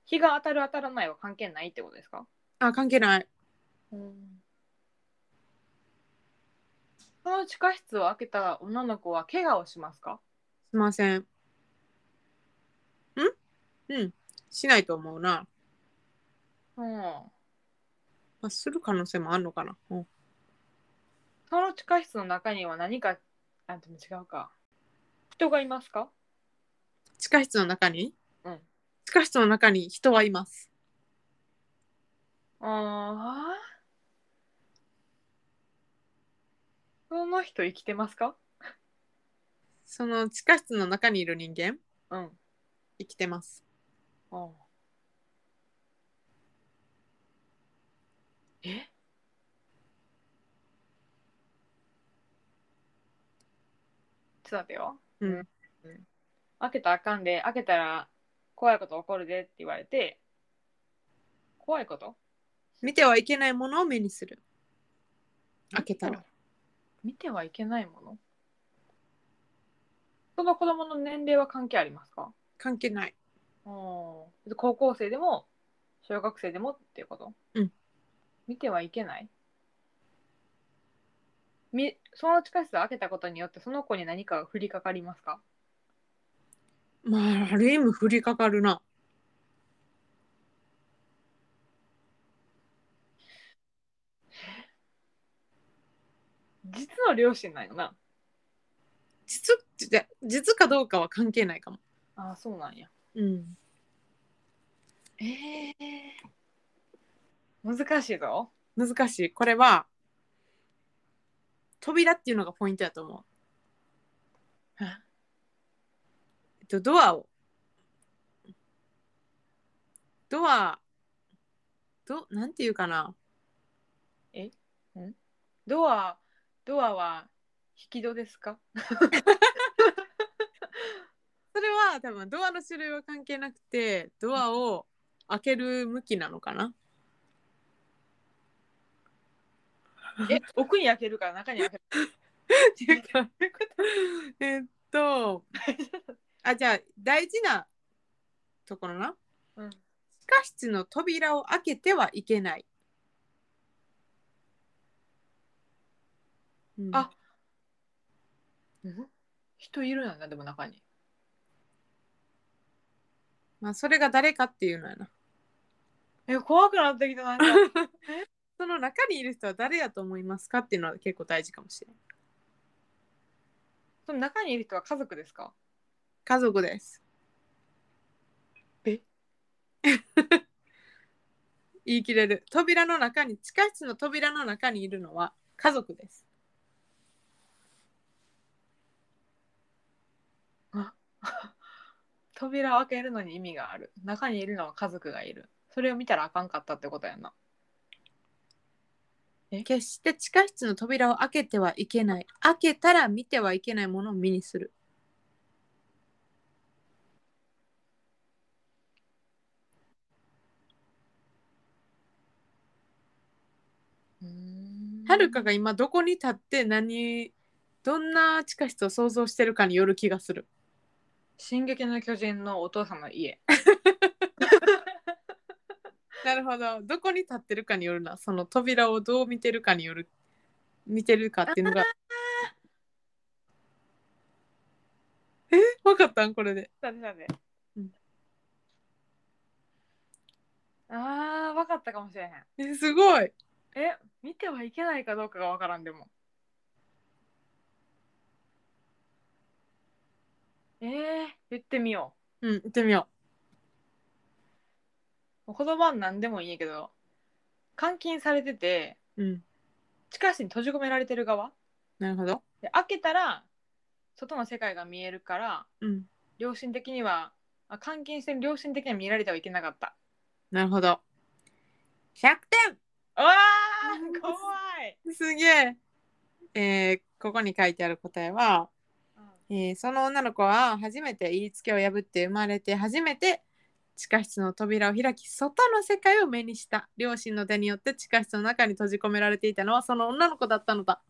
日が当たる当たらないは関係ないってことですかあ、関係ない。うん。その地下室を開けた女の子は怪我をしますかすいません。んうん。しないと思うな。うん。まあ、する可能性もあるのかな。うん、その地下室の中には何か、あ、でも違うか。人がいますか地下室の中に、うん、地下室の中に人はいます。ああ。その人生きてますかその地下室の中にいる人間、うん。生きてます。うんえちょっと待ってよ。うん開けたらあかんで、開けたら怖いこと起こるでって言われて、怖いこと見てはいけないものを目にする。開けたら。見てはいけないものその子供の年齢は関係ありますか関係ない。うん高校生でも小学生でもっていうことうん見てはいけないみその地下室を開けたことによってその子に何かが降りかかりますかまあ、ある意味降りかかるな。実の両親なんよな実、じ実かどうかは関係ないかも。ああそうなんやうん。ええ難しいぞ難しい。これは、扉っていうのがポイントだと思う。ええっと、ドアを。ドア、ど、なんていうかな。ドアドアは引き戸ですかそれは多分ドアの種類は関係なくて、ドアを開ける向きなのかな。え奥に開けるから中に開けるっていうかえっとあじゃあ大事なところなうん地下室の扉を開けてはいけないうんあうん人いるんやなでも中にまあ、それが誰かっていうのやな。え怖くなってきたなん かその中にいる人は誰やと思いますかっていうのは結構大事かもしれない。その中にいる人は家族ですか家族です。え 言い切れる。扉の中に、地下室の扉の中にいるのは家族です。扉を開けるのに意味がある中にいるのは家族がいるそれを見たらあかんかったってことやな決して地下室の扉を開けてはいけない。開けたら見てはいけないものを目にする。はるかが今どこに立って何、どんな地下室を想像してるかによる気がする。 「進撃の巨人」のお父さんの家 なるほど。どこに立ってるかによるな。その扉をどう見てるかによる。見てるかっていうのが。え分かったんこれで。だねだねうんあー分かったかもしれへんえすごい。え見てはいけないかどうかが分からんでもえー、言ってみようん、行ってみようもう言葉は何でもいいんやけど監禁されててう。うん。地下室に閉じ込められてる側なるほど。で開けたら外の世界が見えるからうん。良心的にはあ監禁してる良心的には見られてはいけなかったなるほど。100うわうーん怖い、点すげえ。えーここに書いてある答えは、えーその女の子は初めて言いつけを破って生まれて初めて地下室の扉を開き外の世界を目にした両親の手によって地下室の中に閉じ込められていたのはその女の子だったのだ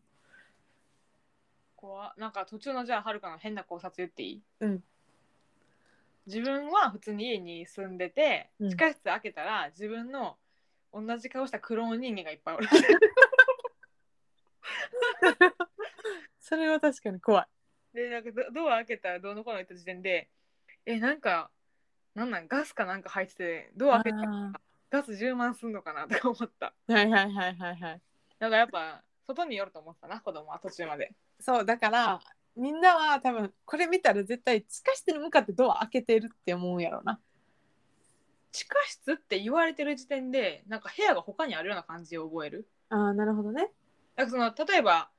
怖いなんか途中のじゃあはるかの変な考察言っていいうん自分は普通に家に住んでてうん地下室開けたら自分の同じ顔したクローン人間がいっぱいおる それは確かに怖いでなんかドドア開けたらどうのこうの言った時点でえなんかなんなんガスかなんか入っててドア開けたらあガス10万すんのかなとか思ったーはいはいはいはいはいだからやっぱ外によると思ったな子供は途中までそうだからみんなは多分これ見たら絶対地下室に向かってドア開けてるって思うやろうな地下室って言われてる時点でなんか部屋が他にあるような感じを覚えるあーなるほどねだからその例えば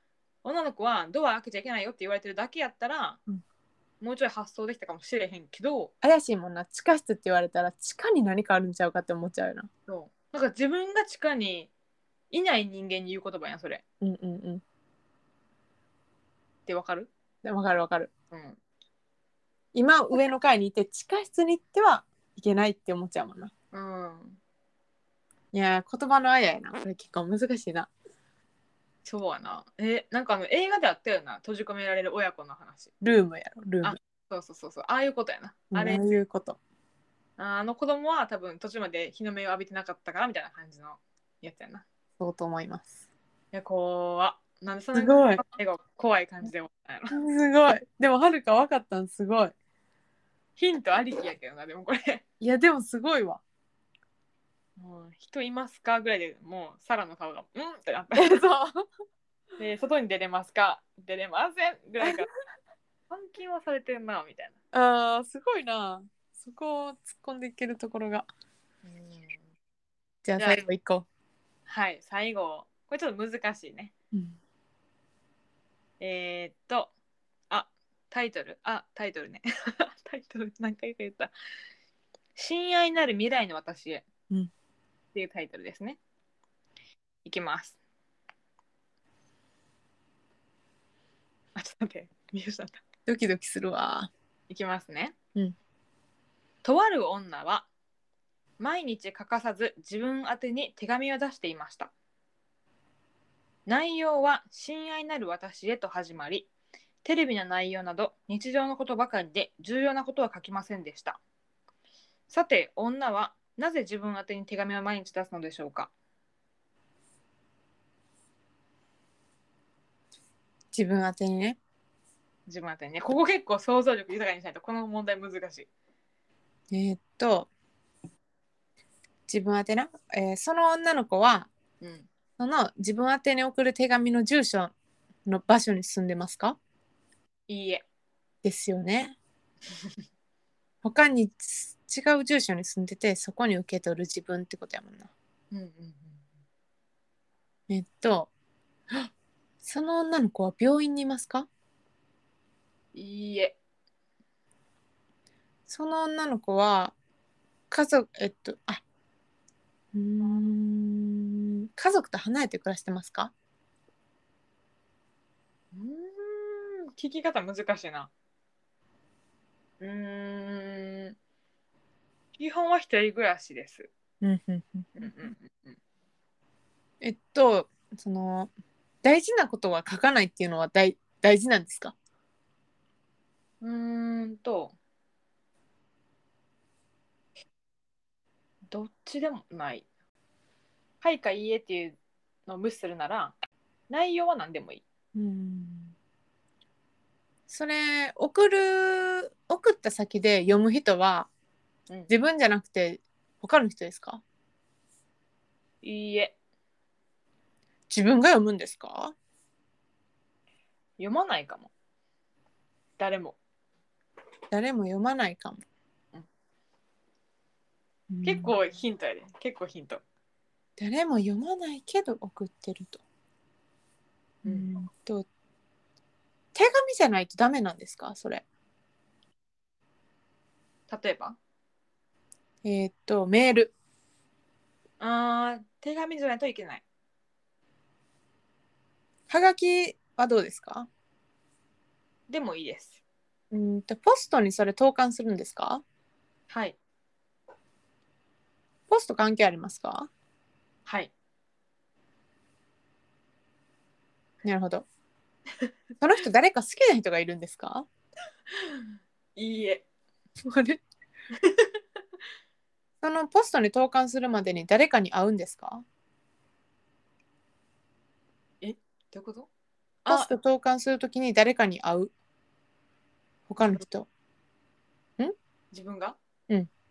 女の子はドア開けちゃいけないよって言われてるだけやったら、うんもうちょい発想できたかもしれへんけど怪しいもんな地下室って言われたら地下に何かあるんちゃうかって思っちゃうよなそうなんか自分が地下にいない人間に言う言葉やんそれうんうんうんってわかるでわかるわかるうん今上の階にいて地下室に行ってはいけないって思っちゃうもんな。うんいやー言葉のあややな。これ結構難しいな。そうやなえなんかあの映画であったよな閉じ込められる親子の話ルームやろ、ルーム。そうそうそうそうああいうことやなああれれいうこと。ああの子供は多分途中まで日の目を浴びてなかったからみたいな感じのやつやな。いそうと思います。や、怖っなんでそんすなごい。絵が怖い感じで思ったんやろ。 すごい。でもはるか分かったんすごい。ヒントありきやけどな、でもこれ。いやでもすごいわ。もう人いますかぐらいでもうサラの顔がうんってなった。 そう。で、外に出れますか出れませんぐらい から。監禁はされてんな、みたいあーすごいな。そこを突っ込んでいけるところが。な。じゃあじゃあ最後行こはい、最後。これちょっと難しいね。う。うん、えー、っと、あ、タイトル、あ、タイトルね。 タイトル何回か言った。親愛なる未来の私へ。うんっていうタイトルですね。いきます。あ、ちょっと待って、見失った。ドキドキするわ。いきますね。うんとある女は、毎日欠かさず自分宛てに手紙を出していました。内容は「親愛なる私へ」と始まり、テレビの内容など日常のことばかりで重要なことは書きませんでした。さて、女はなぜ自分宛てに手紙を毎日出すのでしょうか自分宛てにね。自分宛てにねここ結構想像力豊かにしないとこの問題難しいえーっと、自分宛てな、えーその女の子は、うんその自分宛てに送る手紙の住所の場所に住んでますかいいえですよ ね。他につ違う住所に住んでて、そこに受け取る自分ってことやもんな。うんうんうんえっと、 その女の子は病院にいますかいいえその女の子は家族えっとあうーん家族と離れて暮らしてますかうーん聞き方難しいなうーん基本は一人暮らしですうんうんうんえっとその大事なことは書かないっていうのは大大事なんですかうんうーんとどっちでもないはいかいいえっていうのを無視するなら内容は何でもいいうんそれ送る送った先で読む人はうん自分じゃなくて他の人ですかいいえ自分が読むんですか読まないかも誰も誰も読まないかも結構ヒントやで結構ヒント誰も読まないけど送ってると。ううんんと手紙じゃないとダメなんですかそれ。例えばえーっとメール。あー手紙じゃないといけないはがきはどうですかでもいいですうんとポストにそれ投函するんですかはいポスト関係ありますかはいなるほど。その人誰か好きな人がいるんですかいいえあれそのポストに投函するまでに誰かに会うんですかどういうことポあスト投函するときに誰かに会う他の人自分が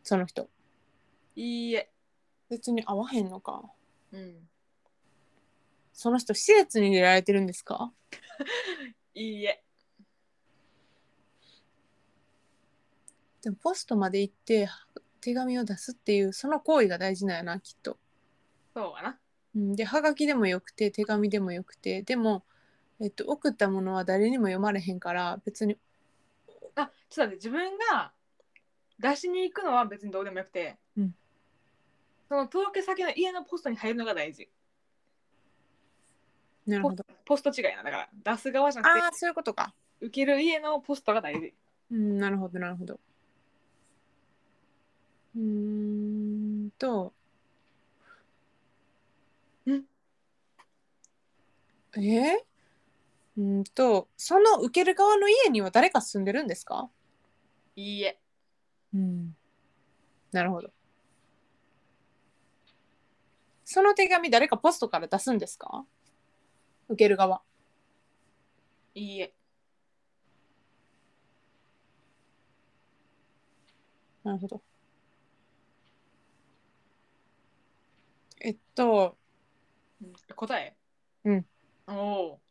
その人いいえ別に会わへんのかうんその人施設に入れられてるんですかいいえでもポストまで行って手紙を出すっていうその行為が大事なんやなきっと。そうかなうん、ではがきでもよくて手紙でもよくてでも、えっと、送ったものは誰にも読まれへんから別にあちょっと待って自分が出しに行くのは別にどうでもよくて、うんその届け先の家のポストに入るのが大事なるポほど。ポスト違いなだから出す側じゃなくてああそういうことか。受ける家のポストが大事うん、なるほどなるほど。うーんと。んえーうーんとその受ける側の家には誰か住んでるんですかいいえうん。なるほど。その手紙誰かポストから出すんですか受ける側。いいえなるほど。えっと、うん答えうんおお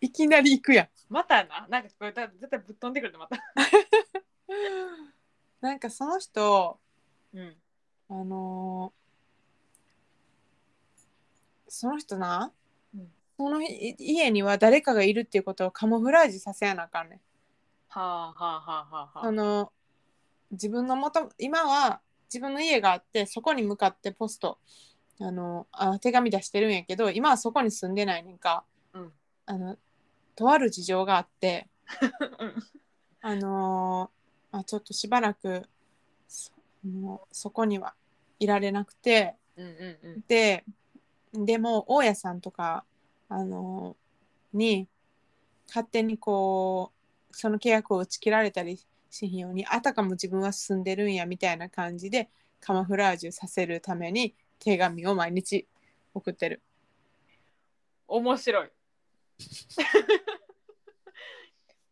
いきなり行くやん。またななんかこれだ絶対ぶっ飛んでくるとまたなんかその人、うんあのーその人な、うんそのい家には誰かがいるっていうことをカモフラージュさせやなあかんねん。はあはあはあはあそはの自分の元今は自分の家があってそこに向かってポストあのあ手紙出してるんやけど今はそこに住んでないねんか、うんあのとある事情があってあうんあのーあちょっとしばらくそもうそこにはいられなくてうんうんうんででも大家さんとか、あのーに勝手にこうその契約を打ち切られたりしひんようにあたかも自分は住んでるんやみたいな感じでカモフラージュさせるために手紙を毎日送ってる。面白い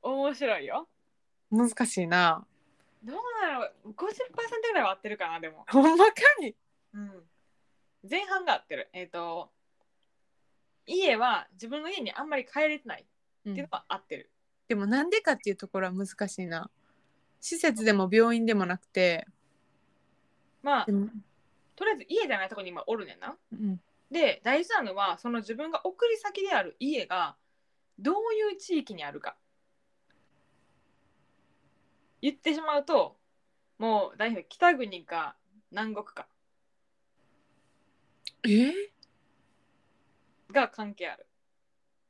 面白いよ難しいなどうなの50%ぐらいは合ってるかなでも、ほんまかにうん、前半が合ってるえっ、と家は自分の家にあんまり帰れてないっていうのは合ってる、でもなんでかっていうところは難しいな施設でも病院でもなくてまあでもとりあえず家じゃないとこに今おるねんなうんで大事なのはその自分が送り先である家がどういう地域にあるか言ってしまうともう代表北国か南国かえーが関係ある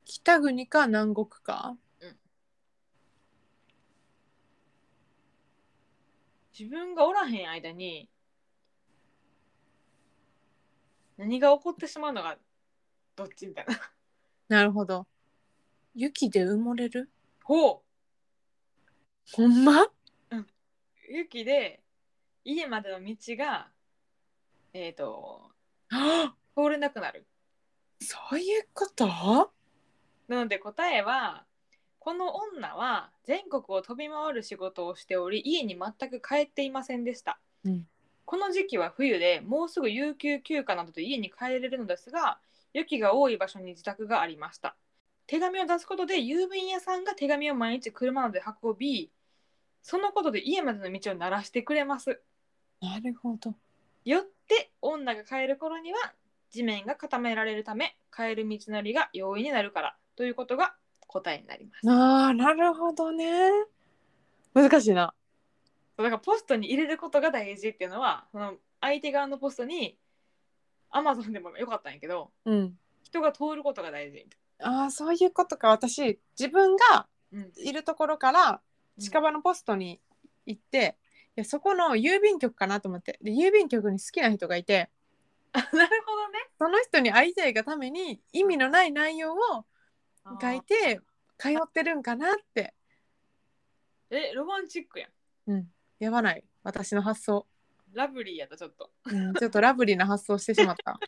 北国か南国か自分がおらへん間に何が起こってしまうのがどっちみたいななるほど雪で埋もれるほほんまう雪で家までの道がえっ、とあ通れなくなる そういうことなので答えはこの女は全国を飛び回る仕事をしており家に全く帰っていませんでした、うんこの時期は冬でもうすぐ有給休暇などで家に帰れるのですが雪が多い場所に自宅がありました手紙を出すことで郵便屋さんが手紙を毎日車などで運びそのことで家までの道を鳴らしてくれますなるほどよって女が帰る頃には地面が固められるため帰る道のりが容易になるからということが答えになります。あーなるほどね難しいなだからポストに入れることが大事っていうのはその相手側のポストにアマゾンでもよかったんやけどうん人が通ることが大事あーそういうことか私自分がうんいるところから近場のポストに行って、いやそこの郵便局かなと思ってで郵便局に好きな人がいてあ なるほどねその人に会いたいがために意味のない内容を書いて通ってるんかなってえロマンチックやんやばない私の発想、ラブリーやったちょっとうんちょっとラブリーな発想してしまった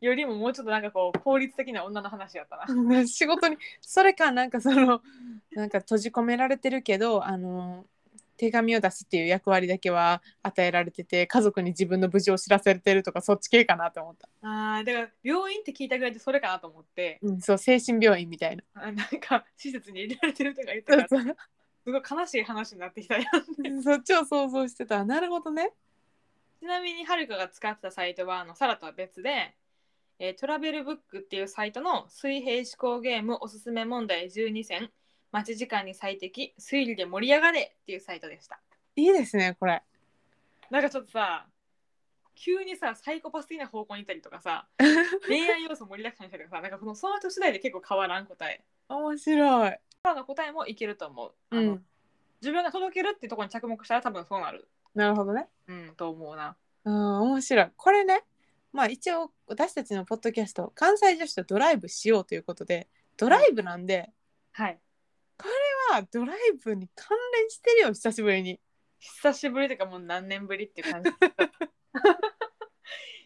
よりももうちょっとなんかこう効率的な女の話やったなうん仕事にそれかなんかそのなんか閉じ込められてるけどあの手紙を出すっていう役割だけは与えられてて家族に自分の無事を知らせてるとかそっち系かなと思った、あーだから病院って聞いたぐらいでそれかなと思ってうん、そう精神病院みたいなあなんか施設に入れられてるとか言ってたそうからそうすごい悲しい話になってきたよそっちを想像してた。なるほどね。ちなみにはるかが使ってたサイトはあのサラとは別で、えートラベルブックっていうサイトの水平思考ゲームおすすめ問題12選待ち時間に最適推理で盛り上がれっていうサイトでしたいいですね、これ。なんかちょっとさ急にさサイコパス的な方向に行ったりと かさ恋愛要素盛りだくさんにしたりとかさなんかこのその人次第で結構変わらん答え面白い。サラの答えもいけると思うあうの、ん。自分が届けるってところに着目したら多分そうなるなるほどね。うんと思うなうん、面白い。これね、まあ一応私たちのポッドキャスト、関西女子とドライブしようということで、ドライブなんで、はいまあドライブに関連してるよ、久しぶりに。久しぶりというかもう何年ぶりっていう 感じ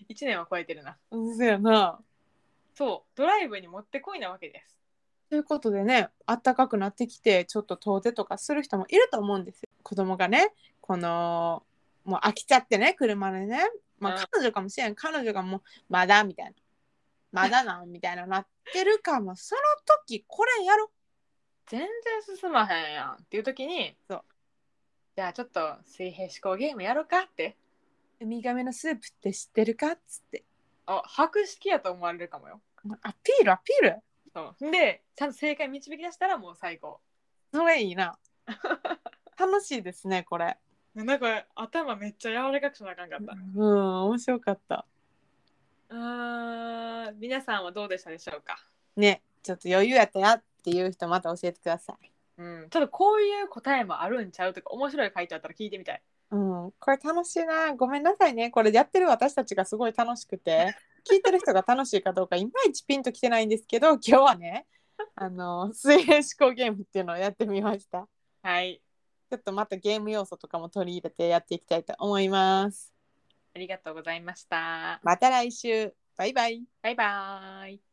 一年は超えてるなうん、そうやな。そうドライブにもってこいなわけですということでね、暖かくなってきて、ちょっと遠出とかする人もいると思うんですよ。子供がね、この、もう飽きちゃってね、車でね、まうんあ彼女かもしれん、彼女がもう、まだみたいな、まだなんみたいななってるかも、その時これやろ。全然進まへんやんっていう時にそうじゃあちょっと水平思考ゲームやろうかってウミガメのスープって知ってるかっつって。あ白式やと思われるかもよアピール、アピール。そうでちゃんと正解導き出したらもう最高それいいな。 楽しいですね、これ。なんか頭めっちゃ柔らかくしなあかんかったうん、面白かった。あー皆さんはどうでしたでしょうかね、ちょっと余裕やったなっていう人、また教えてください。うん、ちょっとこういう答えもあるんちゃうとか面白い回答あったら聞いてみたいうん、これ楽しいな。ごめんなさいね。これやってる私たちがすごい楽しくて、聞いてる人が楽しいかどうかいまいちピンときてないんですけど、今日はね、あの、水平思考ゲームっていうのをやってみました。はいちょっとまたゲーム要素とかも取り入れてやっていきたいと思います。ありがとうございました。また来週。バイバイ。バイバーイ。